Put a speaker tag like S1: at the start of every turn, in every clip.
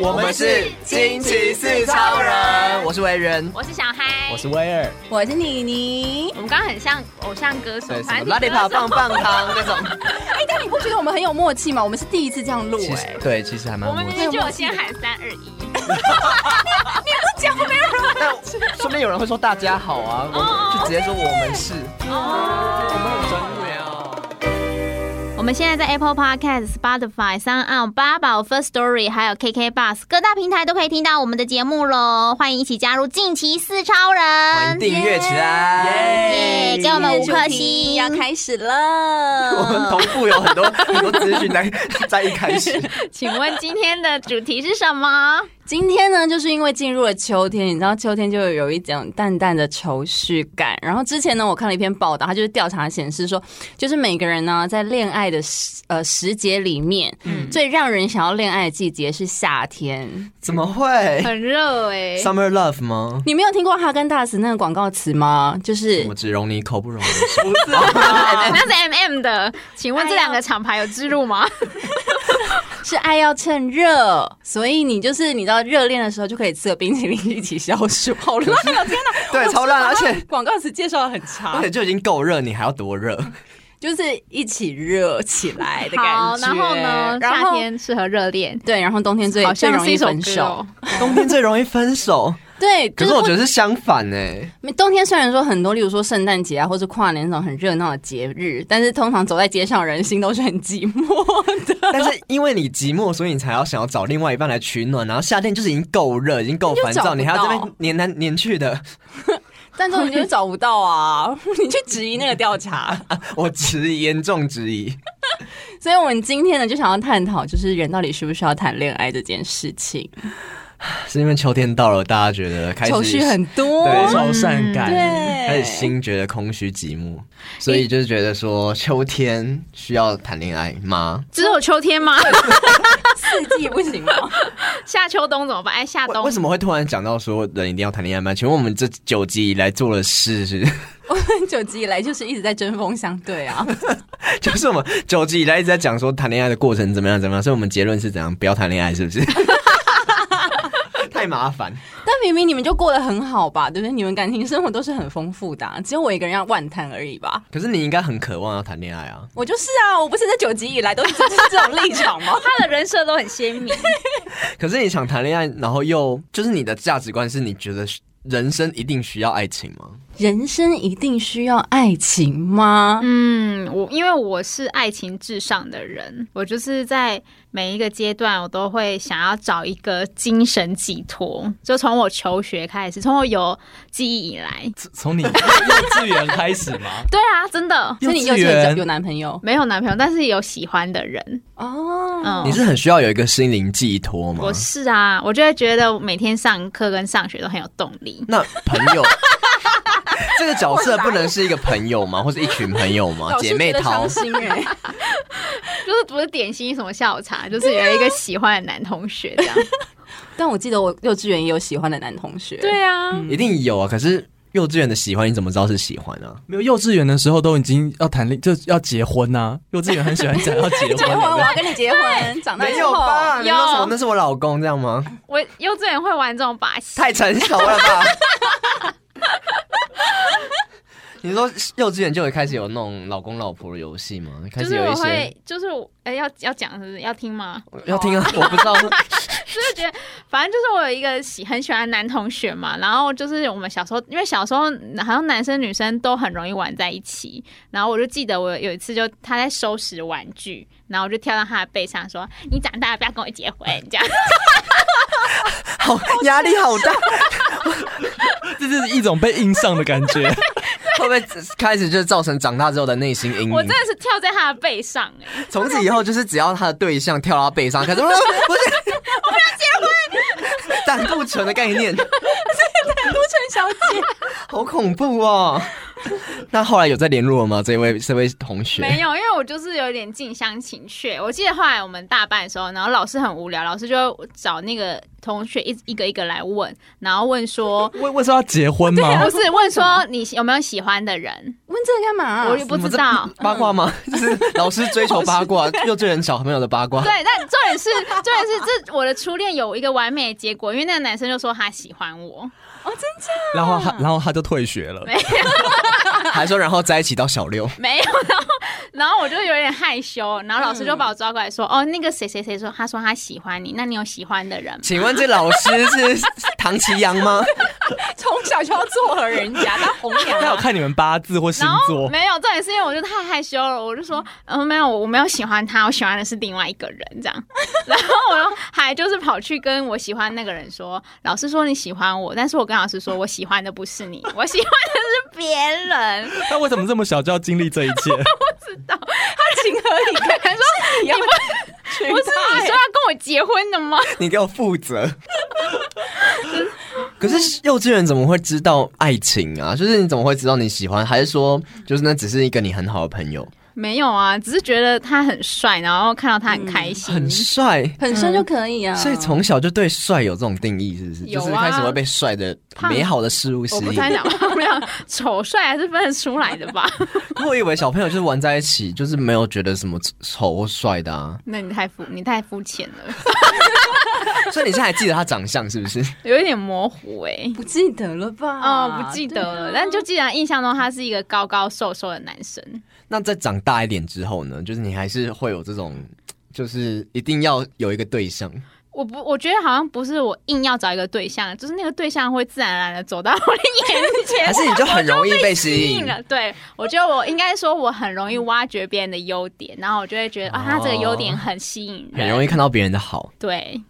S1: 我
S2: 们是惊奇四超人，我是维人，
S3: 我是小嗨，
S1: 我是威尔，
S4: 我是妮妮
S3: 我。们刚刚很像偶像歌手
S2: 对，，什
S3: 反
S2: 么
S3: 正
S2: 拉
S3: 你
S2: 力
S3: 歌
S2: 跑
S3: 手
S2: 棒棒糖那 种，
S4: 哎、但你不觉得我们很有默契吗？我们是第一次这样录、
S2: 其
S4: 哎
S2: 实，对，其实还蛮
S3: 我们
S2: 默
S3: 明
S2: 契。
S3: 明就有先喊三二一，
S2: 但哎顺便有人会说大家好啊，我就直接说我们是，我们很专业哦。
S3: 我们现在在 Apple Podcast、Spotify、三岸、八宝、First Story，还有 KK Bus 各大平台都可以听到我们的节目喽！欢迎一起加入近期四超
S2: 欢
S3: 人
S2: 迎，订阅起来，
S3: 耶给我们五颗星
S4: 要开始
S2: 我
S4: 了。
S2: 们同步有 很多很多资讯在 在一开始，
S3: 请问今天的主题是什么？
S4: 今天呢，就是因为进入了秋天，你知道秋天就有一种淡淡的愁绪感。然后之前呢，我看了一篇报道，它就是调查显示说，就是每个人呢在恋爱的时呃时节里面，
S2: 嗯
S4: 最让人想要恋爱的季节是夏天。
S2: 怎么会
S3: 很热哎、
S2: ？Summer Love 吗？
S4: 你没有听过哈根达斯那个广告词吗？就是
S2: 什么只容你口不容我手？ 不是，
S3: 那是 M M 的，请问这两个厂牌有植入吗？
S4: 是爱要趁热，所以你就是你知道热恋的时候就可以吃个冰淇淋一起消暑， 好 烂哦！天哪，
S2: 对，
S3: 哎
S2: 超
S3: 啊
S2: 烂，而 且
S4: 广告词介绍的很
S2: 而
S4: 长
S2: 且，就已经够热，你还要多热？
S4: 就是一起热起来的
S3: 好，
S4: 感觉。
S3: 然后呢？
S4: 然
S3: 夏
S4: 后
S3: 天适合热恋，
S4: 对，然后冬天最
S3: 好
S4: 最
S3: 像
S4: 容
S3: 是一
S4: 易
S3: 首
S4: 分
S3: 歌
S4: 手
S3: 哦。。
S2: 冬天最容易分手，
S4: 对，
S2: 可是我觉
S4: 得
S2: 得是相反呢、
S4: 冬天虽然说很多，例如说圣诞节啊，或是跨年那种很热闹的节日，但是通常走在街上的人心都是很寂寞 的。
S2: 但是因为你寂寞，所以你才要想要找另外一半来取暖。然后夏天就是已经够热，已经够烦躁，你
S4: 你就
S2: 还
S4: 找不
S2: 要这
S4: 到
S2: 边黏来黏去的。
S4: 但这种你就找不到啊， 你去质疑那个调查。
S2: 我质疑，严重质疑。
S4: 所以，我们今天呢，就想要探讨，就是人到底需不需要谈恋爱这件事情，
S2: 是因为秋天到了，大家觉得开始
S4: 愁绪很多。
S2: 对愁善感，
S4: 对
S2: 开始心觉得空虚寂寞，所以就是觉得说秋天需要谈恋爱吗？
S3: 只有秋天吗？
S4: 四季不行吗？
S3: 夏秋冬怎么办？哎，夏
S2: 为
S3: 冬
S2: 为什么会突然讲到说人一定要谈恋爱吗？请问我们这九集以来做的事是？
S4: 我们九集以来就是一直在针锋相 对啊。
S2: 就是我们九集以来一直在讲说谈恋爱的过程怎么样怎么样，所以我们结论是怎样不要谈恋爱，是不是？ 太麻烦，
S4: 但明明你们就过得很好吧，对不对？你们感情生活都是很丰富的啊、只有我一个人要万谈而已吧。
S2: 可是你应该很渴望要谈恋爱啊！
S4: 我就是啊，我不是在九集以来都是这这种立场 吗？
S3: 他的人设都很鲜明，
S2: 可是你想谈恋爱，然后又就是你的价值观是你觉得人生一定需要爱情吗？
S4: 人生一定需要爱情吗？
S3: 嗯，我因为我是爱情至上的人，我就是在每一个阶段，我都会想要找一个精神寄托。就从我求学开始，从我有记忆以来，
S1: 从你幼稚园开始吗？
S3: 对啊，真的
S4: 所以你
S2: 幼
S4: 幼
S2: 稚
S4: 稚园
S2: 园
S4: 有有男朋友
S3: 没有男朋友，但是有喜欢的人。
S4: 哦？
S3: 嗯，
S2: 你是很需要有一个心灵寄托吗
S3: 我？是啊，我就会觉得每天上课跟上学都很有动力。
S2: 那朋 友这个角色不能是一个朋友吗？或者一群朋友吗？
S4: 老师
S2: 哦姐妹
S4: 觉得
S2: 淘
S4: 伤？心哎、
S3: 就是不是点心什么下午茶，就是有一个喜欢的男同学这样。
S4: 但我记得我幼稚园也有喜欢的男同学。
S3: 对啊，
S2: 一定有啊！可是幼稚园的喜欢你怎么知道是喜欢啊？
S1: 没有，幼稚园的时候都已经要谈恋，就要结婚呐、幼稚园很喜欢讲要结
S4: 结
S1: 婚
S4: 婚，我
S1: 的，
S4: 要跟你结婚，长大
S2: 没
S4: 之
S2: 有
S4: 后。
S2: 吧？你说什么
S3: 有？
S2: 那是我老公这样吗？
S3: 我幼稚园会玩这种把戏，
S2: 太成熟了吧？ 你说幼稚园就有开始有那种老公老婆的游戏吗？开
S3: 就
S2: 始
S3: 是
S2: 有
S3: 我
S2: 一些
S3: 会，就是我哎、要要讲是不是要听吗？
S2: 要听啊，
S3: 哦
S2: 我不 知道。
S3: 就是觉得，反正就是我有一个喜很喜欢的男同学嘛，然后就是我们小时候，因为小时候好像男生女生都很容易玩在一起，然后我就记得我有一次就他在收拾玩具，然后我就跳到他的背上说：“你长大了不要跟我结婚。”这样，
S2: 嗯好压力好大，
S1: 这是一种被印上的感觉。，
S2: 会不会开始就造成长大之后的内心阴
S3: 我
S2: 影？
S3: 真的是跳在他的背上、哎。
S2: 从此以后就是只要他的对象跳到他背上，开始不是 不是，我要结婚，胆固醇的概念，
S4: 陆晨小姐
S2: 好恐怖哦。那后来有再联络吗？这位这位同学
S3: 没有，因为我就是有点近乡情怯。我记得后来我们大班的时候，然后老师很无聊，老师就找那个同学一一个一个来问，然后问说
S1: 为为什么要结婚
S3: 不
S1: 吗？
S3: 是问说你有没有喜欢的人？
S4: 问这个干嘛啊、
S3: 我也不知道。
S2: 八卦 吗？就是老师追求八卦，幼稚园小朋友的八卦。
S3: 对，但重点是，重点是这我的初恋有一个完美的结果，因为那个男生就说他喜欢我，
S4: 哦
S1: 然后他，然后他就退学了。
S2: 还说然后在一起到小六，
S3: 没有，然后然后我就有点害羞，然后老师就把我抓过来说，哦，那个谁谁谁说他说他喜欢你，那你有喜欢的人吗？
S2: 请问这老师是唐奇阳 吗？
S4: 从小就要撮合人家当红娘
S1: 他有
S4: 啊。
S1: 看你们八字或星
S3: 然后
S1: 座，
S3: 没有，重点是因为我就太害羞了，我就说，嗯，没有，我没有喜欢他，我喜欢的是另外一个人这样。 然后我就还就是跑去跟我喜欢那个人说，老师说你喜欢我，但是我跟老师说我喜欢的不是你，我喜欢的是别 人。
S1: 他为什么这么小就要经历这一切？
S4: 情何以堪？
S3: 他说
S4: 你要去
S3: 不是你说要跟我结婚的吗？
S2: 你给我负责。可是幼稚园怎么会知道爱情啊？就是你怎么会知道你喜欢？还是说就是那只是一个你很好的朋友，
S3: 没有啊，只是觉得他很帅，然后看到他很开心。
S2: 很
S3: 嗯
S2: 帅？
S4: 嗯很深就可以啊。
S2: 所以从小就对帅有这种定义，是不是？
S3: 有啊
S2: 就是开始会被帅的美好的事物吸
S3: 我不
S2: 引。
S3: 太想， 我们俩丑帅还是分得出来的吧？
S2: 我以为小朋友就是玩在一起，就是没有觉得什么丑或帅的啊。
S3: 那你太肤，你太肤浅了，
S2: 所以你现在还记得他长相是不 是？
S3: 有一点模糊哎、
S4: 不记得了吧？
S3: 哦，不记得了，
S4: 对啊
S3: 但就既然印象中他是一个高高瘦瘦的男生，
S2: 那在长大一点之后呢？就是你还是会有这种，就是一定要有一个对象。
S3: 我不，我觉得好像不是我硬要找一个对象，就是那个对象会自然而然的走到我的眼前，
S2: 还是你就很容易哎被吸
S3: 吸
S2: 引
S3: 引了。对，我觉得我应该说我很容易挖掘别人的优点，然后我就会觉得啊，他这个优点很吸引人，
S2: 哦很容易看到别人的好。
S3: 对，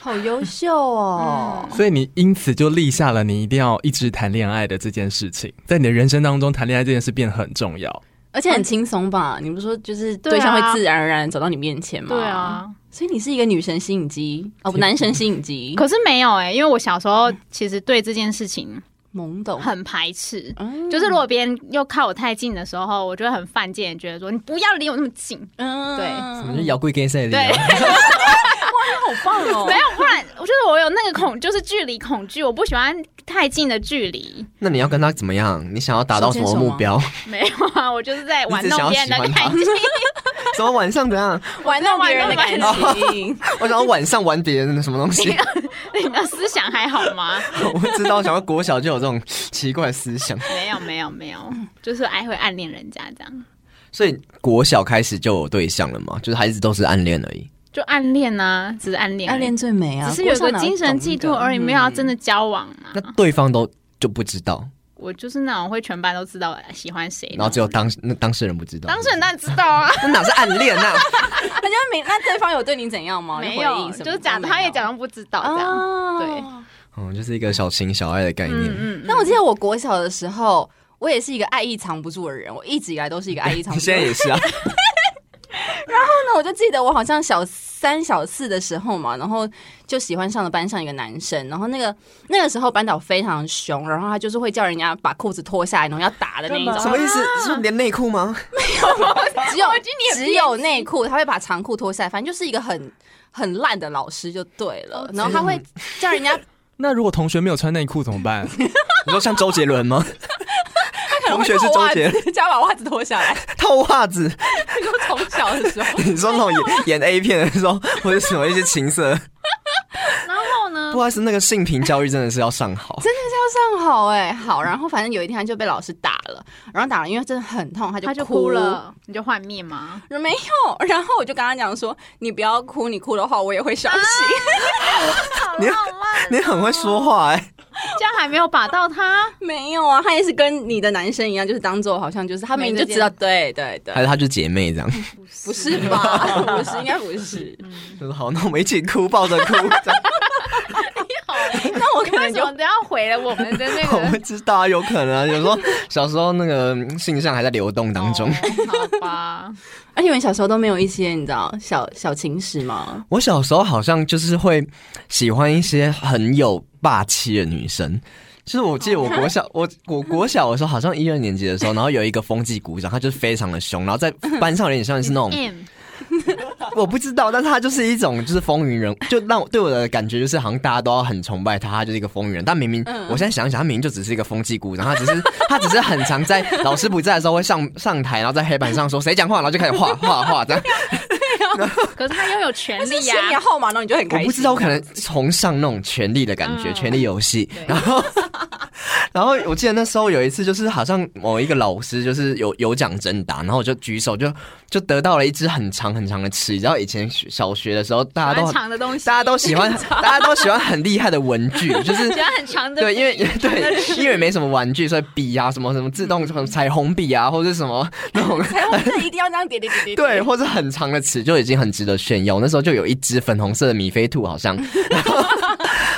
S4: 好优秀哦。
S1: 所以你因此就立下了你一定要一直谈恋爱的这件事情，在你的人生当中，谈恋爱这件事变得很重要。
S4: 而且很轻松吧？你不是说就是对象会自然而然走到你面
S2: 嗯
S4: 前吗？
S3: 对，啊，
S4: 所以你是一个女神吸引机哦，不，男神吸引机，
S3: 可是没有哎、因为我小时候其实对这件事情
S4: 懵懂，
S3: 很排斥。
S4: 嗯
S3: 就是如果别人又靠我太近的时候，我就会很犯贱，觉得说你不要离我那么近，
S4: 嗯
S3: 对
S2: 你就摇柜 gay 赛的地
S3: 对
S2: 方，
S4: 好棒 哦
S3: 没！有，不然我就是我有那个恐，就是距离恐惧，我不喜欢太近的距离。
S2: 那你要跟他怎么样？你想要达到什么目标？
S3: 没有啊，我就是在玩弄别人的
S2: 你只想要
S3: 感
S2: 喜
S3: 情。
S2: 什么晚上怎样？
S4: 玩弄别人的感 情，
S2: 我想要晚上玩别人的什么东 西？
S3: 你的思想还好吗？
S2: 我不知道，想要国小就有这种奇怪的思想，
S3: 没有，没有，没有，就是爱会暗恋人家这样，
S2: 所以国小开始就有对象了嘛？就是还一直都是暗恋而已。
S3: 就暗恋啊，只是暗恋，
S4: 暗恋，最美啊！
S3: 只是有
S4: 国
S3: 个
S4: 上哪
S3: 精神寄托
S4: 懂一个
S3: 而已，没有要真的交往啊
S2: 那。
S1: 嗯
S2: 对方都就不知道，
S3: 我就是那种会全班都知道哎喜欢谁的，
S2: 然后只有当那当事人不知道。
S3: 当事人当然知道啊，
S2: 那哪是暗恋啊？
S4: 人家没那对方有哦对你怎样吗？
S3: 没
S4: 回应
S3: 有，
S4: 什么
S3: 就是假，
S4: 嗯都没有
S3: 他也假装不知道这样。
S4: 哦
S3: 对
S2: 嗯，就是一个小情小爱的概念。
S3: 嗯嗯，
S4: 但我记得我国小的时候，我也是一个爱意藏不住的人，我一直以来都是一个爱意藏
S2: 你
S4: 不住
S2: 现
S4: 的人。
S2: 在也是啊，
S4: 那我就记得我好像小三、小四的时候嘛，然后就喜欢上了班上一个男生，然后那个那个时候班导非常凶，然后他就是会叫人家把裤子脱下来，然后要打的那一
S2: 什
S4: 种，
S2: 么意思？是连内裤吗？
S4: 只有
S3: 我觉得你很
S4: 只有内裤，他会把长裤脱下来，反正就是一个很 很烂的老师就对了，然后他会叫 人家
S1: 那如果同学没有穿内裤怎么办？
S2: 你说像周杰伦吗？同学是周杰伦，
S4: 伦，加把袜子脱下 来，
S2: 套袜子。
S4: 就从小的时候。
S2: 你说那种演演 A 片的时候，或者什么一些情
S4: 嗯
S2: 色，
S3: 然后呢
S2: 不？好意思，那个性平教育真的是要上好。
S4: 真的要上好哎、好，然后反正有一天他就被老师打了，然后打了，因为真的很痛，他就
S3: 他就
S4: 哭
S3: 哭。了，你就幻灭吗？
S4: 我说没有，然后我就跟他讲说，你不要哭，你哭的话我也会 伤心。
S3: 好
S2: 你
S3: 浪漫，哦
S2: 你很会说话哎、
S3: 这样还没有把到他，
S4: 没有啊，他也是跟你的男生一样，就是当做好像就是他们
S3: 没
S4: 就
S3: 这
S4: 知道，对对对
S2: 还，是她就姐妹这样，
S4: 不是 吧？ 不是，应该不是。
S2: 就是好，那我们一起哭，抱着 哭。这样
S4: 那我可
S3: 为
S4: 能
S3: 什
S4: 就
S3: 么等下毁了我们的那
S2: 我
S3: 个
S2: 不知道啊，有可能啊。有时候小时候那个嗯性向还在流动当中。
S3: 哦好吧，
S4: 而且你们小时候都没有一些你知道小小情史吗？
S2: 我小时候好像就是会喜欢一些很有霸气的女生。就是我记得我国
S4: 哦
S2: 小，我我国小的时候，好像一二年级的时候，然后有一个风纪股长，他就是非常的凶，然后在班上有点像是那种
S3: M
S2: 我不知道，但是他就是一种就是风云人，就让我对我的感觉就是好像大家都要很崇拜他，他就是一个风云人。但明明、
S3: 嗯
S2: 我现在想一想，他明明就只是一个风纪股长，他只是他只是很常在 老师不在的时候会上上台，然后在黑板上说谁讲话，然后就开始画画画 这样。
S3: 可 是他拥有权
S4: 是
S3: 利
S4: 写你的
S3: 呀、
S4: 号码，然后你就很
S2: 我
S4: 开心。
S2: 不知道，我可能崇尚那种权力的感觉，
S3: 嗯
S2: 权力游戏
S3: 对。
S2: 然后， 然后我记得那时候有一次，就是好像某一个老师就是有有奖征答，然后我就举手就就得到了一支很长很长的尺。你知道以前学小学的时候，大家都
S3: 很
S2: 很
S3: 长的东西，
S2: 大家都喜 欢，大家都喜欢很厉害的文具，就是
S3: 喜欢很长的，
S2: 对，因为对，因为没什么玩具，所以笔啊，什么什么自
S4: 嗯
S2: 动什么彩虹笔啊，或者是什么那种
S4: 彩虹是一定要这样点点点点。
S2: 对，，或者很长的尺就已经很值得炫耀。那时候就有一只粉红色的米菲兔，好 像。然后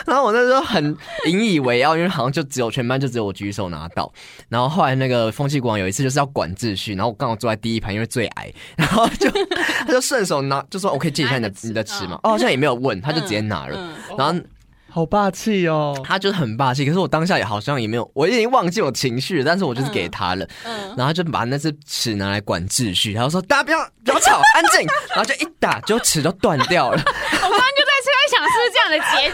S2: 然后我那时候很引以为傲，因为好像就只有全班就只有我举手拿到。然后后来那个风气股长有一次就是要管秩序，然后我刚好坐在第一排，因为最矮， 然后就他就顺手拿，就说我可以借一下你的你的尺吗？哦，好像也没有问，他就直接拿了。
S4: 嗯，
S2: 然后
S1: 好霸气哦！
S2: 他就是很霸气，可是我当下也好像也没有，我已经忘记我情绪了，但是我就是给他了，
S4: 嗯
S2: 然后他就把那只尺拿来管秩序，然后说大家不要不要吵，安静，然后就一打，就尺就断掉了，
S3: 我刚刚就在猜想是不是这样的结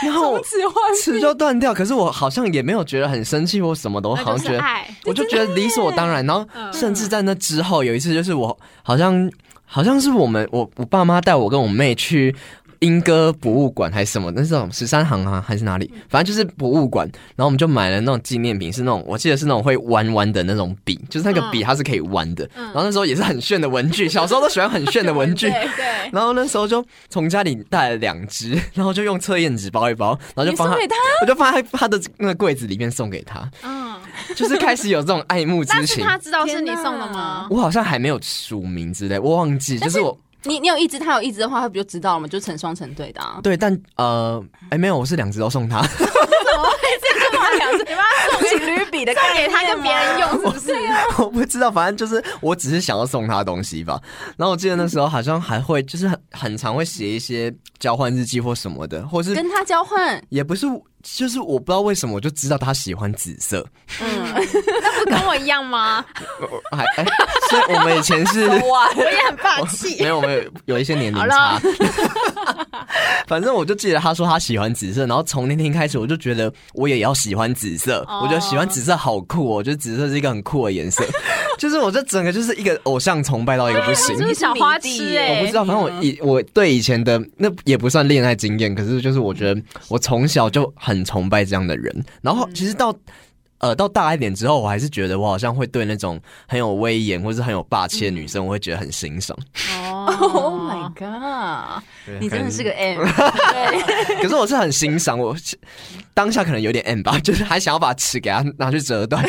S3: 局，
S2: 然后我
S4: 此换
S2: 尺就断掉，可是我好像也没有觉得很生气或什么的，我
S3: 那
S2: 好
S3: 就
S2: 像觉
S3: 是
S2: 得
S3: 爱。
S2: 我就觉得理所当然。然后
S4: 嗯
S2: 甚至在那之后，有一次就是我好像好像是我们我我爸妈带我跟我妹去。莺歌博物馆还是什么？那是什么十三行啊，还是哪里？
S4: 嗯
S2: 反正就是博物馆。然后我们就买了那种纪念品，是那种我记得是那种会弯弯的那种笔，就是那个
S4: 嗯
S2: 笔它是可以弯的。然后那时候也是很炫的文 具，小时候都喜欢很炫的文具。
S4: 对对。
S2: 然后那时候就从家里带了两只，然后就用测验纸包一包，然后就
S4: 你
S2: 放
S4: 送
S2: 他
S4: 给他，
S2: 我就放在他的那个柜子里面送给他。
S3: 嗯，
S2: 就是开始有这种爱慕
S3: 但
S2: 之
S3: 是
S2: 情。
S3: 他知道是你送的吗？
S2: 我好像还没有署名之类，我忘记，就是我
S4: 你你有一只，他有一只的话，他不就知道了吗？就成双成对的啊。
S2: 对，但呃，哎、没有，我是两只都送他，
S4: 这干嘛两只？你妈送情侣笔的概
S3: 给
S4: 念吗，
S3: 他跟别人用是不是？
S2: 我不知道，反正就是我只是想要送他东西吧。然后我记得那时候好像还会，就是很很常会写一些交换日记或什么的，或是
S4: 跟他交换，
S2: 也不是，就是我不知道为什么，我就知道他喜欢紫色，
S4: 嗯，
S3: 那不跟我一 样吗？
S2: 我还、哎，所以我们以前是
S4: 哇，
S3: 我也很霸气
S2: 没。有，我们有有一些年龄
S3: 好
S2: 差。 反正我就记得他说他喜欢紫色，然后从那天开始我就觉得我也要喜欢紫色，
S3: 哦
S2: 我觉得喜欢紫色好酷哦，我觉得紫色是一个很酷的 颜色，就是我这整个就是一个偶像崇拜到一个不行
S3: 就。是小花痴哎、
S2: 我不知道，反正我以我对以前的那也不算恋爱经验，可是就是我觉得我从小就很崇拜这样的人，然
S3: 嗯
S2: 后其实到。呃，到大一点之后，我还是觉得我好像会对那种很有威严或是很有霸气的女
S3: 嗯
S2: 生，我会觉得很欣赏。
S3: 哦
S4: Oh my god！
S2: 对
S4: 你真的是个 M，
S2: 可是我是很欣赏，我是当下可能有点 M 吧， 就是还想要把尺给它拿去折断，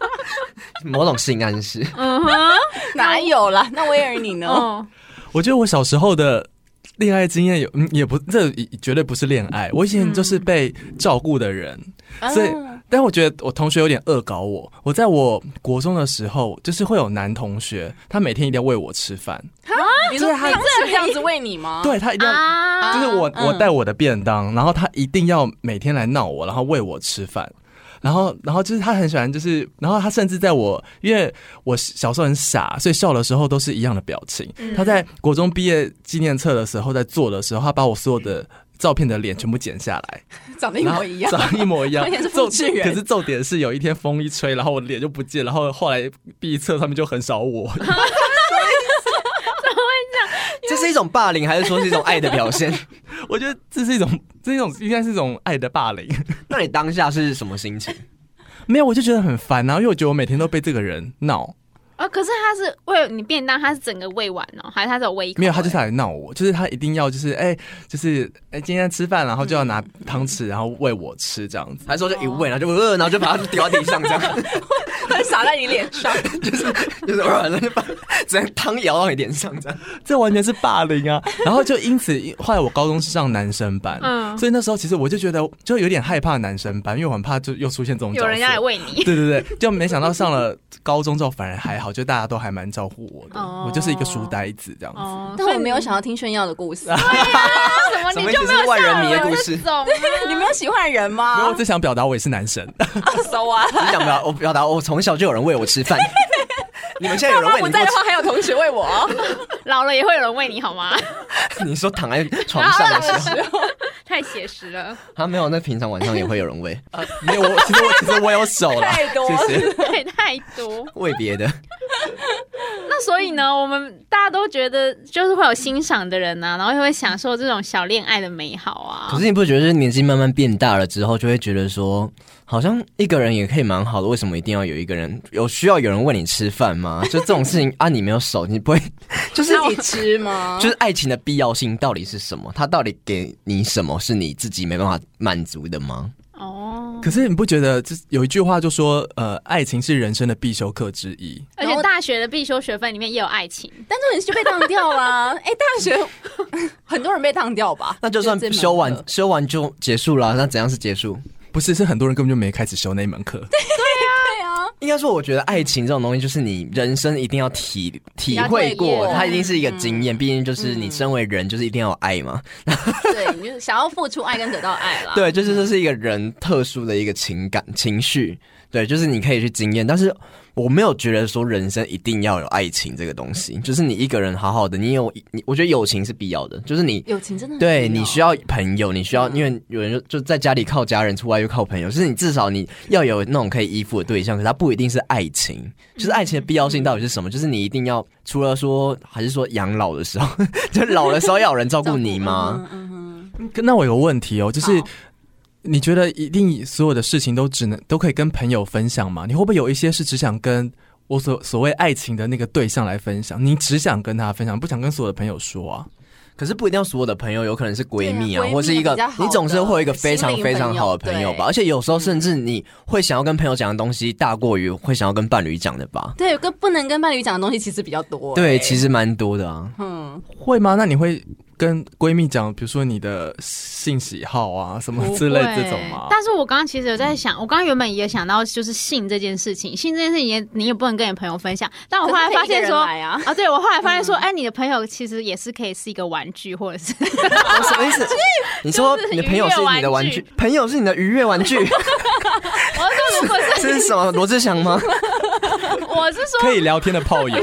S2: 某种性暗示。
S3: 嗯哼，
S4: 哪有啦？那威尔你呢？
S3: 哦，
S1: 我觉得我小时候的恋爱经验有，嗯，也不，这也绝对不是恋爱。我以前就是被照顾的人，所以
S4: 啊
S1: 但我觉得我同学有点恶搞我。我在我国中的时候，就是会有男同学，他每天一定要喂我吃饭，
S4: 你说他是这样子喂你吗？
S1: 对他一定要。
S3: 啊，
S1: 就是我，
S4: 嗯
S1: 我带我的便当，然后他一定要每天来闹我，然后喂我吃饭，然后，然后就是他很喜欢，就是，然后他甚至在我，因为我小时候很傻，所以笑的时候都是一样的表情。
S4: 嗯
S1: 他在国中毕业纪念册的时候，在做的时候，他把我所有的照片的脸全部剪下来，
S4: 长得一
S1: 然后
S4: 模一样。
S1: 长一模一样
S4: 而且是。复
S1: 重
S4: 制人
S1: 可是重点是有一天风一吹，然后我脸就不见，然后后来毕业册他们就很少我。
S2: 这是一种霸凌，还是说是一种爱的表现？
S1: 我觉得这是一种，这是一种应该是一种爱的霸凌。
S2: 那你当下是什么心情？
S1: 没有，我就觉得很烦啊，因为我觉得我每天都被这个人闹，
S3: 啊，可是他是为了你便当，他是整个喂完哦，还是他只有喂一口而已？
S1: 没有，他就是来闹我，就是他一定要就是哎、就是哎、今天吃饭，然后就要拿汤匙，然后喂我吃这样子。
S3: 嗯
S2: 还是说就一问，然后就呃，然后就把它丢到地上，这样
S4: 他洒在你脸上，
S2: 就是就是呃，然后就把整个汤舀到你脸上，这样。
S1: 这完全是霸凌啊！ 然后就因此，后来我高中是上男生班，
S3: 嗯
S1: 所以那时候其实我就觉得就有点害怕男生班，因为我很怕就又出现这种角色
S3: 有人要来 喂你。
S1: 对对对，就没想到上了高中之后反而还好，就大家都还蛮照顾我的，
S3: 哦
S1: 我就是一个书呆子这样子。
S3: 哦，
S4: 但我没有想要听炫耀的故事。
S3: 那什么
S2: 怎么
S3: 你就
S2: 一直
S3: 没有
S2: 是外人
S3: 像
S2: 迷的
S3: 我
S2: 故
S3: 这
S2: 事
S3: 种啊
S4: 你没有喜欢的人
S1: 没有
S4: 吗
S1: 我？只 想表达我也是男神，
S4: 手啊！
S2: 你想表我表达我从小就有人喂我吃饭，
S5: 你们现在有人
S6: 他
S5: 为你
S6: 不
S5: 过
S6: 在的话，还有同学为我哦。
S3: 老了也会有人喂你好 吗？
S2: 你说躺在床上的时候，
S3: 太写实了，
S2: 他没有，那平常晚上也会有人喂
S1: 没有，我其实我其实我有手啦，
S6: 太多
S1: 谢谢。
S3: 对，太多。
S2: 喂别的，
S3: 那所以呢，我们大家都觉得就是会有欣赏的人啊呐、然后也会享受这种小恋爱的美好啊
S2: 可。是你不觉得就是年纪慢慢变大了之后，就会觉得说，好像一个人也可以蛮好的，为什么一定要有一个人？有需要有人喂你吃饭吗？就这种事情啊，你没有手，你不会， 就是
S4: 自己吃吗？
S2: 就是爱情的必要性到底是什么？它到底给你什么是你自己没办法满足的吗？
S3: 哦，
S1: 可是你不觉得这有一句话就说，呃，爱情是人生的必修课之一？
S3: 而且大学的必修学分里面也有爱情，
S4: 但重点是就被当掉啦。哎、大学很多人被当掉吧？
S2: 那就算
S4: 这门
S2: 修完
S4: 课
S2: 修完就结束了，那怎样是结束？
S1: 不是，是很多人根本就没开始修那门课。
S4: 对啊，
S2: 应该说，我觉得爱情这种东西，就是你人生一定要体体会
S4: 体
S2: 过，
S4: 验
S2: 它一定是一个经验。毕竟就是你身为人，就是一定要有爱嘛。
S4: 对，你就是想要付出爱跟得到爱啦。
S2: 对，就是这是一个人特殊的一个情感情绪，对，就是你可以去经验。但是我没有觉得说人生一定要有爱情这个东西，就是你一个人好好的，你有你，我觉得友情是必要的，就是你
S4: 友情真的很
S2: 对
S4: 重
S2: 你需要嗯朋友，你需要，因为有人就就在家里靠家人，出外又靠朋友，就是你至少你要有那种可以依附的对象，可是它不一定是爱情，就是爱情的必要性到底是什么？就是你一定要除了说，还是说养老的时候， 就老的时候要有人照顾你吗？？
S4: 嗯嗯
S1: 可那我有个问题哦，就是
S4: 好
S1: 你觉得一定所有的事情都只能都可以跟朋友分享吗？你会不会有一些是只想跟我所所谓爱情的那个对象来分享？你只想跟他分享，不想跟所有的朋友说啊？
S2: 可是不一定要所有的朋友，有可能是闺蜜啊，
S4: 对啊
S2: 或是一
S4: 闺蜜
S2: 个
S4: 比较好
S2: 你总是会有一个
S4: 的
S2: 非常
S4: 心灵
S2: 非常
S4: 朋友
S2: 好的朋友吧，
S4: 对
S2: 而且有时候甚至你会想要跟朋友讲的东西大过于会想要跟伴侣讲的吧？
S4: 对，跟不能跟伴侣讲的东西其实比较多、哎
S2: 对，其
S4: 实
S2: 实蛮多的 啊。
S4: 嗯，
S1: 会吗？那你会跟闺蜜讲，比如说你的性喜好啊什么 之类这种吗？嗯
S3: 但是我刚刚其实有在想，我刚刚原本也想到就是性这件事情，性这件事情也你也不能跟你朋友分享。但我后来发 现说，啊、
S4: 啊，
S3: 对我后来发现
S1: 嗯
S3: 说，哎，你的朋友其实也是可以是一个玩具，或者 是
S2: 我什么 意思？你说你的朋友是你的玩具
S3: 就是愉悦玩，
S2: 朋友是你的愉悦玩具，
S3: 我是说如果是
S2: 这是什么？罗志祥 吗？
S3: 我是说
S1: 可以聊天的炮友，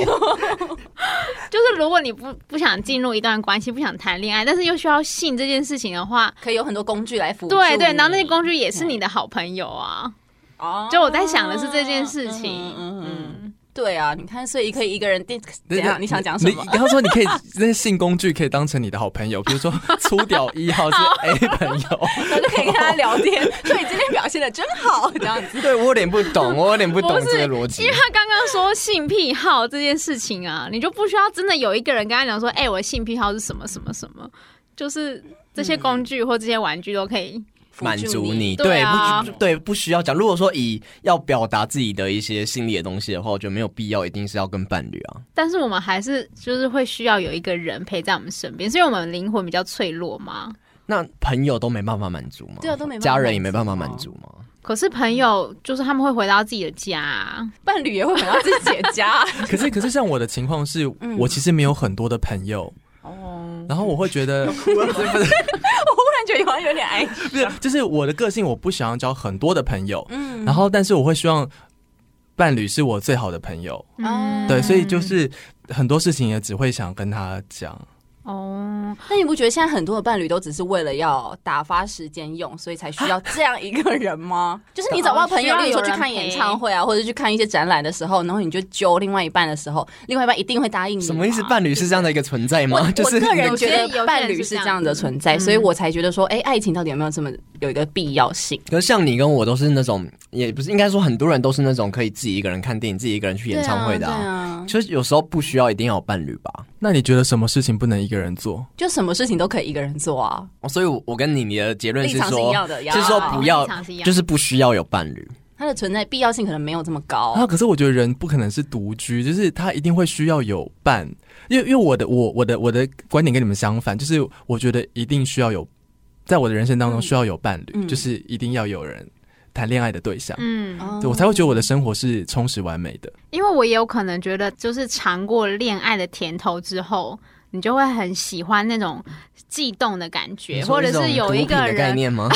S3: 就是如果你不不想进入一段关系，不想谈恋爱，但是又需要性这件事情的话，
S4: 可以有很多工具来辅助你。
S3: 对对，然后那些工具也是你的好朋友啊。
S4: 哦
S3: 就我在想的是这件事情，
S4: 嗯嗯嗯
S3: 嗯，
S4: 对啊，你看，所以可以一个人定怎
S1: 等
S4: 样？
S1: 等
S4: 你想讲什么
S1: 你？刚刚说你可以那些性工具可以当成你的好朋友，比 如说粗屌一号是 A 朋友，
S4: 然后就可以跟他聊天，说你今天表现的真好，这样子。
S2: 对我有点不懂，我有点不懂
S3: 不是
S2: 这个逻辑
S3: 因为。他刚刚说性癖好这件事情啊，你就不需要真的有一个人跟他讲说，哎、我的性癖好是什么什么什么，就是这些工具或这些玩具都可以。
S2: 满
S4: 辅
S2: 足
S4: 助
S2: 你，
S4: 你
S3: 对啊
S2: 不对，不需要讲。如果说以要表达自己的一些心理的东西的话，我觉得没有必要一定是要跟伴侣啊。
S3: 但是我们还是就是会需要有一个人陪在我们身边，所以我们灵魂比较脆弱嘛。
S2: 那朋友都没办法满足吗？
S4: 对啊都没办法
S2: 家人也没办法满足吗？
S3: 可是朋友就是他们会回到自己的家、啊，
S4: 伴侣也会回到自己的家。
S1: 可是可是像我的情况是，我其实没有很多的朋友，
S4: 哦，
S1: 然后我会 觉得
S4: 我忽然觉得好像有点哀
S1: 不是，就是我的个性，我不想要交很多的朋友，
S4: 嗯
S1: 然后但是我会希望伴侣是我最好的朋友，
S4: 嗯
S1: 对，所以就是很多事情也只会想跟他讲。
S3: 哦，
S4: 那你不觉得现在很多的伴侣都只是为了要打发时间用，所以才需要这样一个人吗？就是你找不到朋
S3: 哦
S4: 友，例
S3: 需要有人
S4: 如说去看演唱会啊，或者去看一些展览的时候，然后你就揪另外一半的时候，另外一半一定会答应你。
S2: 什么意思？？伴侣是这样的一个存在吗？就
S4: 我
S2: 是
S4: 个
S2: 你的
S4: 人觉
S3: 有些有些
S4: 得
S3: 人
S4: 伴
S3: 是这
S4: 侣是
S3: 样
S4: 这样的存在，所以我才觉得说，哎，爱情到底有没有这么有一个必要性？
S2: 可是像你跟我都是那种，也不是应该说很多人都是那种可以自己一个人看电影、自己一个人去演唱会的、
S4: 对啊，对啊
S2: 就是有时候不需要一定要有伴侣吧。
S1: 那你觉得什么事情不能一个人做？
S4: 就什么事情都可以一个人做啊，
S2: 哦所以，我我跟你你的结论是
S4: 立场是一
S2: 说，
S4: 样的呀
S2: 是说不要哦
S3: 立场是一，样
S2: 就是不需要有伴侣。
S4: 它的存在必要性可能没有这么
S2: 哦
S4: 高。
S1: 啊，可是我觉得人不可能是独居，就是他一定会需要有伴，因为因为我的我我的我的观点跟你们相反，就是我觉得一定需要有，在我的人生当中需要有伴侣，
S4: 嗯
S1: 就是一定要有人谈恋爱的对象，
S3: 嗯
S4: 哦
S1: 对我才会觉得我的生活是充实完美的。
S3: 因为我也有可能觉得，就是尝过恋爱的甜头之后，你就会很喜欢那种悸动的感觉，或者是有一
S2: 你说这种毒
S3: 个
S2: 品的概
S3: 人
S2: 念吗？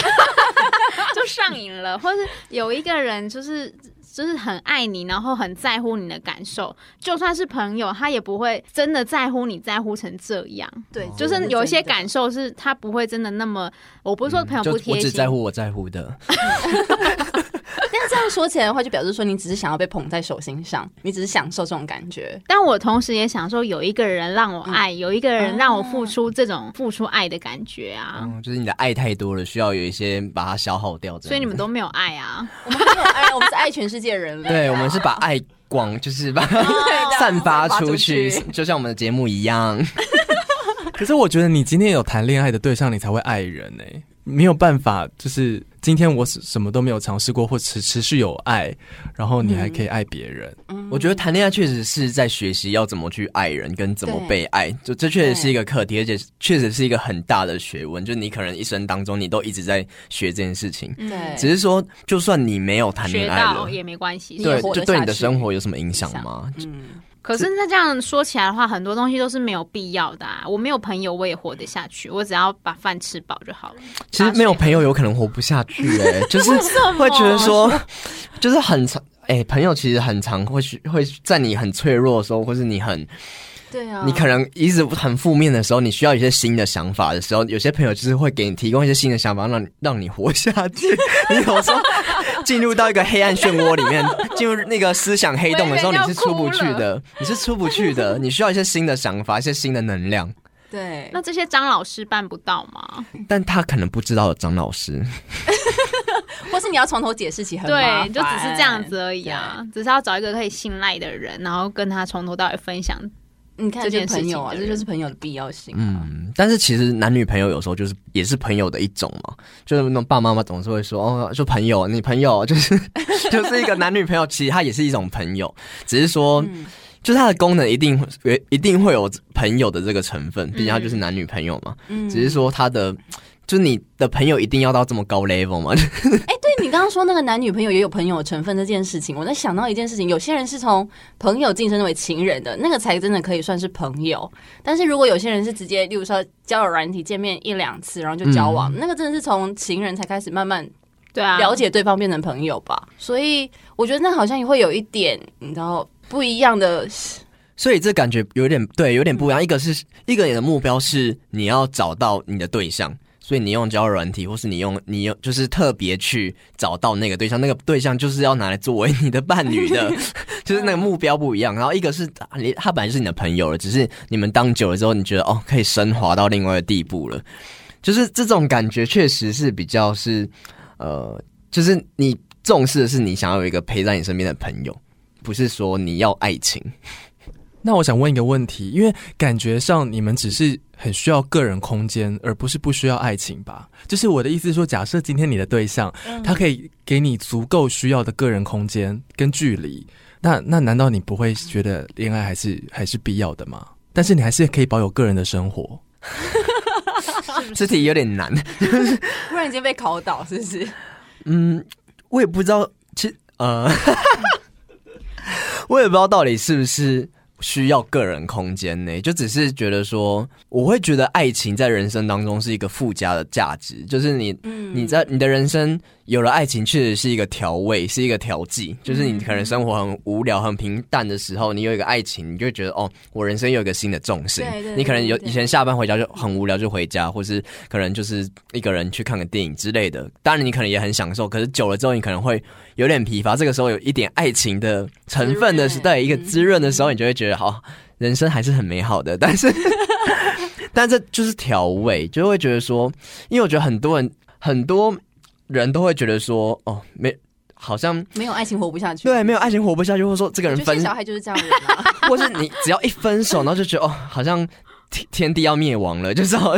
S3: 就上瘾了，或是有一个人就是就是很爱你，然后很在乎你的感受，就算是朋友，他也不会真的在乎你在乎成这样。
S4: 对，
S2: 哦
S3: 就是有一些感受是他不会真的那么，我不是说朋友
S2: 嗯就
S3: 不
S2: 我
S3: 贴
S2: 只
S3: 心，
S2: 在乎我在乎的，
S4: 但这样说起来的话，就表示说你只是想要被捧在手心上，你只是享受这种感觉。
S3: 但我同时也想说，有一个人让
S2: 嗯
S3: 我爱，有一个人让我付出这种付出爱的感觉啊。
S2: 哦嗯，就是你的爱太多了，需要有一些把它消耗掉。这样
S3: 所以你们都没有爱啊，
S4: 我们没有 爱，我们是爱全世界人 类。
S2: 对，我们是把爱广，就是 把它散发出去，就像我们的节目一样。
S1: 可是我觉得你今天有谈恋爱的对象，你才会爱人哎、没有办法，就是今天我什什么都没有尝试过，或持持续有爱，然后你还
S2: 嗯
S1: 可以爱别 人。
S2: 我觉得谈恋爱确实是在学习要怎么去爱人，跟怎么
S4: 对
S2: 被爱，就这确实是一个课题，而且确实是一个很大的学问。就你可能一生当中，你都一直在学这件事情。
S4: 对
S2: 只是说，就算你没有谈
S3: 嗯学
S2: 恋爱
S3: 到
S2: 了，
S3: 也没关系。
S4: 你
S2: 对，
S4: 也活得
S2: 就对
S4: 下
S2: 你的
S4: 去
S2: 生活有什么影响吗？
S4: 嗯，
S3: 可是那这样说起来的话，很多东西都是没有必要的、啊。我没有朋友，我也活得下去，我只要把饭吃饱就好了。
S2: 其实没有朋友有可能活不下去、欸，哎，就是会觉得说，就是很常，哎、朋友其实很常会去会在你很脆弱的时候，或是你很
S4: 对啊，
S3: 嗯
S2: 你可能一直很负面的时候，你需要一些新的想法的时候，有些朋友就是会给你提供一些新的想法，让你让你活下 去。你有时候进入到一个黑暗漩涡里面，进入那个思想黑洞的时候，
S3: 我以
S2: 你
S3: 为要
S2: 是出不去
S3: 哭
S2: 的，你是出不去 的，你需要一些新的想法，一些新的能量。
S4: 对，
S3: 那这些张老师办不到吗？
S2: 但他可能不知道的张老师，
S4: 或是你要从头解释起，很麻
S3: 对，
S4: 烦
S3: 就只是这样子。而已啊，只是要找一个可以信赖的人，然后跟他从头到尾分享。
S4: 你看，
S3: 这
S4: 就
S3: 件事
S4: 朋友啊，
S3: 情的人
S4: 这就是朋友的必要性。嗯，
S2: 嗯，但是其实男女朋友有时候就是也是朋友的一种嘛，就是那种爸妈妈总是会说哦，就朋友，你朋友就是 就是一个男女朋友，其实他也是一种朋友，只是说。就是它的功能一定会一定会有朋友的这个成分，毕竟它就是男女朋友嘛。
S4: 嗯
S2: 只是说它的，就是你的朋友一定要到这么高 level 嘛？
S4: 哎，对 你刚刚说那个男女朋友也有朋友成分这件事情，我在想到一件事情，有些人是从朋友晋升为情人的，那个才真的可以算是朋友。但是如果有些人是直接，例如说交友软体见面一两次，然后就交往，那个真的是从情人才开始慢慢
S3: 对啊，
S4: 了解对方变成朋友吧。所以我觉得那好像也会有一点，你知道不一样的，
S2: 所以这感觉有点对，有点不一样。一个是一个你的目标是你要找到你的对象，所以你用交友软体，或是你用你用就是特别去找到那个对象，那个对象就是要拿来作为你的伴侣的， 就是那个目标不一样。然后一个是啊你他本来就是你的朋友了，只是你们当久了之后，你觉得哦可以升华到另外的地步了，就是这种感觉确实是比较是呃，就是你重视的是你想要有一个陪在你身边的朋友，不是说你要爱情。
S1: 那我想问一个问题，因为感觉上你们只是很需要个人空间，而不是不需要爱情吧？就是我的意思是说，假设今天你的对象、他可以给你足够需要的个人空间跟距离，那那难道你不会觉得恋爱还是还是必要的吗？但是你还是可以保有个人的生活。
S2: 这题有点难。
S4: 突然间被考倒，是不是？
S2: 嗯，我也不知道，其实呃， 我也不知道到底是不是需要个人空间呢、就只是觉得说，我会觉得爱情在人生当中是一个附加的价值，就是你。
S4: 嗯
S2: 你在你的人生有了爱情，确实是一个调味，是一个调剂。就是你可能生活很无聊、很平淡的时候，你有一个爱情，你就会觉得哦，我人生有一个新的重心。
S4: 对对
S2: 你可能有
S4: 对对
S2: 以前下班回家就很无聊就回家，或是可能就是一个人去看个电影之类的。当然你可能也很享受，可是久了之后你可能会有点疲乏。这个时候有一点爱情的成分的时
S4: 滋润
S2: 代，一个
S4: 嗯
S2: 滋润的时候，你就会觉得好，人生还是很美好的。但是， 但这就是调味，就会觉得说，因为我觉得很多人很多人都会觉得说，哦，没。好像
S4: 没有爱情活不下去。
S2: 对没有爱情活不下去，或者说这个
S4: 我
S2: 人
S4: 觉得
S2: 分
S4: 现在小孩就是这样的人 啊。
S2: 或是你只要一分手，然后就觉得哦，好像天天地要灭亡了，就是好，
S3: 啊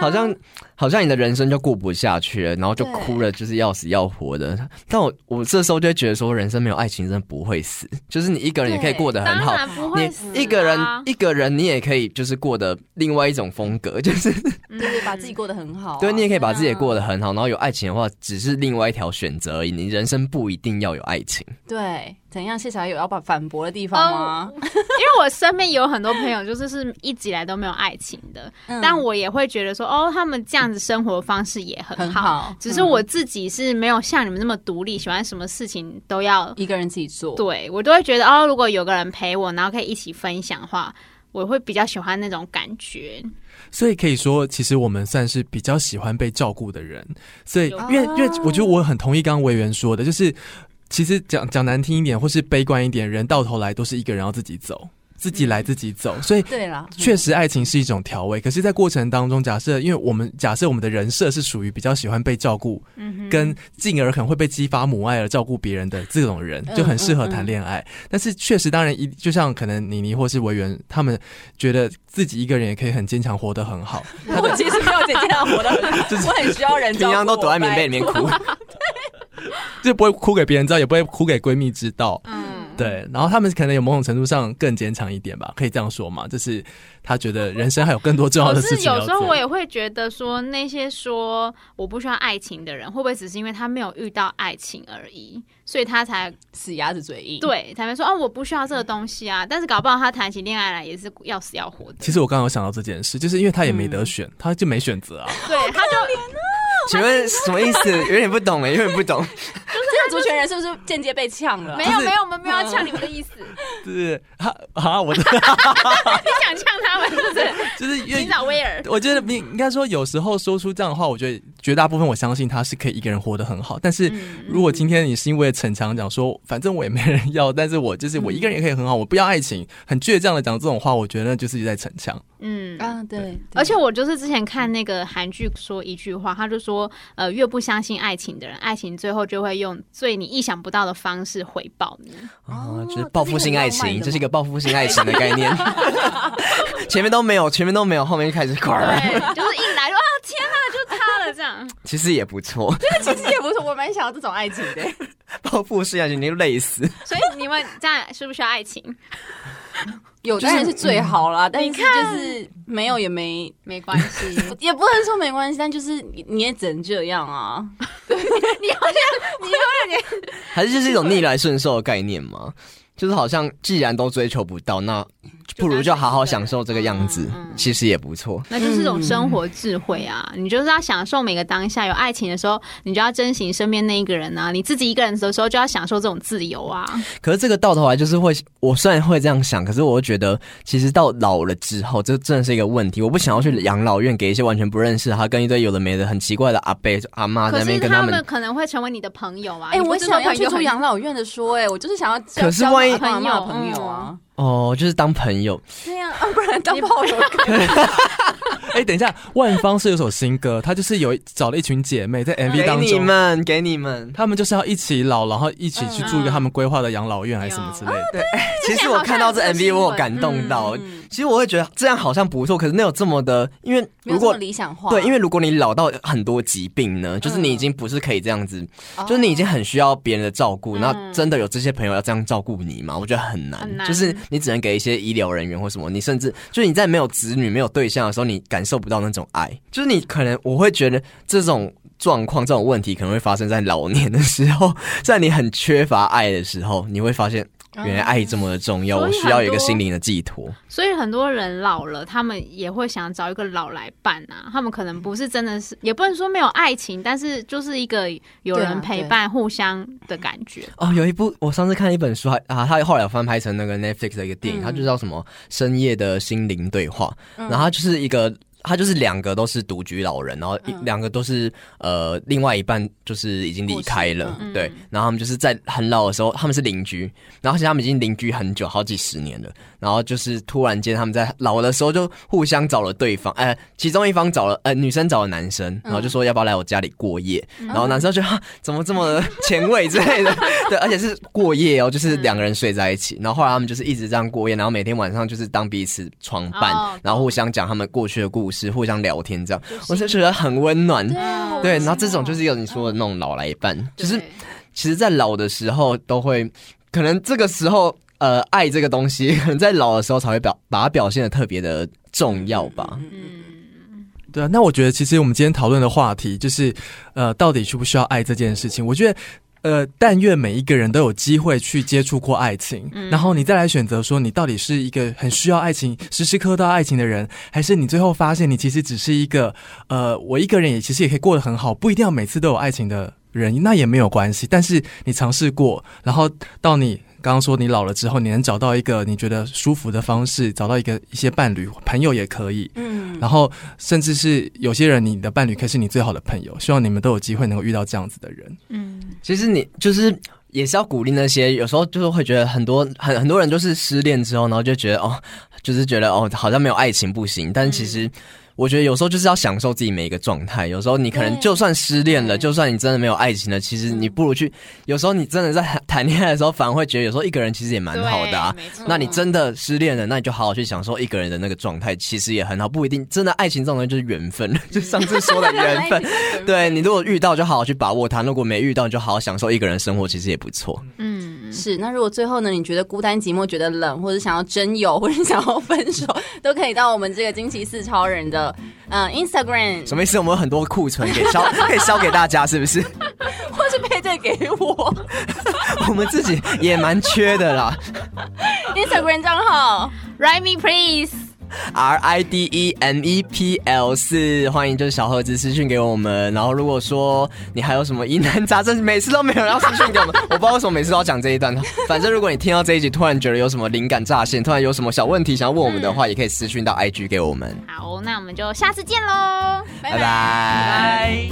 S2: 好像好像你的人生就过不下去了，然后就哭了，就是要死要活的。但我我这时候就会觉得说，人生没有爱情真的不会死，就是你一个人也可以过得很好
S3: 当。然不会
S2: 你
S3: 死啊
S2: 一个人，一个人你也可以，就是过得另外一种风格， 就是
S4: 就是把自己过得很好、啊。
S2: 对你也可以把自己也过得很好。然后有爱情的话，只是另外一条选择而已。你人生不一定要有爱情。
S4: 对，怎样？谢小姐有要把反驳的地方吗？
S3: 因为我身边有很多朋友，就是是一直以来都没有爱情的，
S4: 嗯
S3: 但我也会觉得说，哦，他们这样样子生活方式也很
S4: 很
S3: 好。
S4: 好，嗯
S3: 只是我自己是没有像你们那么独立，喜欢什么事情都要
S4: 一个人自己做，
S3: 对我都会觉得哦，如果有个人陪我，然后可以一起分享的话，我会比较喜欢那种感觉。
S1: 所以可以说，其实我们算是比较喜欢被照顾的人。所以，
S3: 有
S1: 因为因为我觉得我很同意刚刚委员说的，就是其实讲讲难听一点，或是悲观一点，人到头来都是一个人要自己走，自己来自己走。所以
S4: 对啦，
S1: 确实，爱情是一种调味。可是，在过程当中，假设因为我们假设我们的人设是属于比较喜欢被照顾，
S3: 嗯
S1: 跟进而很会被激发母爱而照顾别人的这种人，
S4: 嗯
S1: 就很适合谈恋爱。但是，确实，当然一就像可能妮妮或是维园他们觉得自己一个人也可以很坚强，活得很好。他
S4: 我
S1: 的
S4: 其实没有姐姐那样活的， 我很需要人照顾
S2: 平
S4: 我。
S2: 常都躲在棉被里
S4: 拜
S2: 面哭。
S1: 就不会哭给别人知道，也不会哭给闺蜜知道。
S3: 嗯，
S1: 对，然后他们可能有某种程度上更坚强一点吧，可以这样说嘛？就是他觉得人生还有更多重要
S3: 可
S1: 的事
S3: 哦是
S1: 情要
S3: 有
S1: 做。
S3: 时候我也会觉得说，那些说我不需要爱情的人，会不会只是因为他没有遇到爱情而已，所以他才
S1: 嗯
S4: 死鸭子嘴硬。，
S3: 对才会说哦，我不需要这个东西啊？但是搞不好他谈起恋爱来也是要死要活的。
S1: 其实我刚刚有想到这件事，就是因为他也没得选，他就没选择啊。
S3: 对，他就
S2: 请问什么意思？有点不懂哎，有点不懂。
S4: 这个主权人是不是间接被呛了？
S3: 没
S1: 就
S3: 有
S1: 是
S3: 没有，我们没有要呛 你们的意思，
S1: 就是啊啊，我的
S3: 你想呛他们是不是？
S1: 就是因为
S3: 寻。找威尔。
S1: 我觉得你应该说，有时候说出这样的话，我觉得绝大部分我相信他是可以一个人活得很好。但是如果今天你是因为逞强讲说，反正我也没人要，但是我就是我一个人也可以很好，我不要爱情，很倔强的讲这种话，我觉得那就是在逞强。
S3: 嗯
S4: 啊，对，
S3: 而且我就是之前看那个韩剧说一句话，他就说，呃，越不相信爱情的人，爱情最后就会用最你意想不到的方式回报你。
S2: 啊
S4: 哦，
S2: 就是报复性爱
S4: 这是很浪漫
S2: 情，
S4: 的
S2: 这是一个报复性爱情的概念。 前面都没有，前面都没有，后面就开始狂。
S3: 对，就是一来就啊，天哪，就他了这样。
S2: 其实也不错，
S4: 这个 其实也不是，我蛮想要这种爱情的。
S2: 报复性爱情你就累死。
S3: 所以你们这样需不需要爱情？
S4: 有当然是最好啦，但是
S3: 你
S4: 就是没有也没，
S3: 没关系，
S4: 也不能说没关系，但就是你你也只能这样啊。
S2: 还是就是一种逆来顺受的概念嘛？就是好像既然都追求不到，那不如就好好享受这个样子，嗯
S1: 嗯
S2: 其实也不错。
S3: 那就是一种生活智慧啊！你就是要享受每个当下，有爱情的时候，你就要珍惜身边那一个人啊；你自己一个人的时候，就要享受这种自由啊。
S2: 可是这个到头来就是会，我虽然会这样想，可是我又觉得，其实到老了之后，这真的是一个问题。我不想要去养老院给一些完全不认识的他跟一堆有的没的很奇怪的阿伯阿啊妈在那
S3: 可是
S2: 边跟
S3: 他
S2: 他
S3: 们
S2: 们。
S3: 可能会成为你的朋友啊！
S4: 哎、
S3: 你不
S4: 我
S3: 知道
S4: 想要
S3: 朋
S4: 去
S3: 友
S4: 住
S3: 很
S4: 养老院的说、哎，我就是想要交。
S2: 可是万一
S4: 交到阿公阿嬷的朋友啊，
S2: 哦，就是当朋友，
S4: 对呀、啊，不然当炮友
S1: 哎、等一下，万芳是有首新歌，她就是有找了一群姐妹在 MV 当
S2: 给你
S1: 中，
S2: 们，给你们。
S1: 她们就是要一起老，然后一起去住一个他们规划的养老院还是什么之类的。
S2: 其实我看到这
S3: 之前好像有
S2: MV，
S3: 这个
S2: 我有感动到。
S4: 新闻嗯
S2: 其实我会觉得这样好像不错，可是那有这么的，因为
S4: 没有
S2: 如
S4: 这么啊
S2: 果
S4: 理想化。
S2: 对，因为如果你老到很多疾病呢，就是你已经不是可以这样子，
S4: 哦
S2: 就是你已经很需要别人的照顾，那、真的有这些朋友要这样照顾你吗？我觉得很难，
S3: 很难
S2: 就是你只能给一些医疗人员或什么，你甚至就是你在没有子女、没有对象的时候，你感受不到那种爱，就是你可能我会觉得这种状况、这种问题可能会发生在老年的时候，在你很缺乏爱的时候，你会发现原
S4: 哦
S2: 来爱这么的重要，
S3: 哦所
S2: 我
S3: 以
S2: 需要有一
S3: 很
S2: 个
S3: 多
S2: 心灵的寄托。
S3: 所以很多人老了，他们也会想找一个老来伴啊。他们可能不是真的是，也不能说没有爱情，但是就是一个有
S4: 对啊
S3: 人陪伴、互相的感觉。
S2: 哦，有一部我上次看一本书，还啊，它后来有翻拍成那个 Netflix 的一个电影，它
S3: 嗯
S2: 就叫什么《深夜的心灵对话》，然后它就是一个。它就是两个都是独居老人，然后
S3: 嗯
S2: 一两、个都是呃，另外一半就是已经离开了
S4: 过，
S3: 嗯
S4: 世
S2: 对，然后他们就是在很老的时候，他们是邻居，然后其实他们已经邻居很久，好几十年了，然后就是突然间他们在老的时候就互相找了对方，呃，其中一方找了呃女生找了男生，然
S3: 嗯
S2: 后就说要不要来我家里过夜，然后男生就觉得哈怎么这么的前卫之类的， 对，而且是过夜哦，就是两个人睡在一起。然后后来他们就是一直这样过夜，然后每天晚上就是当彼此床伴，
S3: 哦
S2: 然后互相讲他们过去的故事，互相聊天这样，我是觉得很温暖。
S4: 啊
S2: 对，然后这种就是有你说的那种老来伴，就是
S3: 哦嗯对
S2: 其实，在老的时候都会，可能这个时候呃，爱这个东西，可能在老的时候才会表把它表现的特别的重要吧。
S3: 嗯
S1: 对啊，那我觉得其实我们今天讨论的话题就是，呃，到底需不需要爱这件事情，我觉得。呃，但愿每一个人都有机会去接触过爱情，然后你再来选择说你到底是一个很需要爱情、时时刻刻都要爱情的人，还是你最后发现你其实只是一个呃，我一个人也其实也可以过得很好，不一定要每次都有爱情的人，那也没有关系。但是你尝试过，然后到你。刚刚说你老了之后，你能找到一个你觉得舒服的方式，找到一个一些伴侣、朋友也可以，
S4: 嗯，
S1: 然后甚至是有些人，你的伴侣可以是你最好的朋友。希望你们都有机会能够遇到这样子的人。
S3: 嗯，
S2: 其实你就是也是要鼓励那些，有时候就是会觉得很多很很多人就是失恋之后，然后就觉得哦，就是觉得哦，好像没有爱情不行。但其
S3: 嗯
S2: 实我觉得有时候就是要享受自己每一个状态。有时候你可能
S4: 对
S2: 就算失恋
S3: 嗯
S2: 了，
S4: 对
S2: 就算你真的没有爱情了，其实你不如去。有时候你真的在谈谈恋爱的时候，反而会觉得有时候一个人其实也蛮好的啊。
S3: 对没错
S2: 那你真的失恋了，那你就好好去享受一个人的那个状态，其实也很好。不一定真的爱情这种东西就是缘分， 就上次说的缘分。对你如果遇到就好好去把握它，如果没遇到你就好好享受一个人生活，其实也不错。
S3: 嗯，
S4: 是。那如果最后呢，你觉得孤单寂寞，觉得冷，或者想要真友，或者想要分手， 都可以到我们这个惊奇四超人的嗯、呃 Instagram，
S2: 什么意思？我们有很多库存给 烧，可以烧给大家，是不是？
S4: 或是配对给我
S2: 我们自己也蛮缺的 啦。
S4: Instagram 账号。
S3: ，Write me please，
S2: R I D E M E P L 四，欢迎就是小盒子私讯给我们。然后如果说你还有什么疑难杂症，每次都没有人要私讯给我们，我不知道为什么每次都要讲这一段。 反正如果你听到这一集，突然觉得有什么灵感乍现，突然有什么小问题想要问我们的话，也可以私讯到 IG 给我们。
S3: 好，那我们就下次见喽。
S2: 拜拜。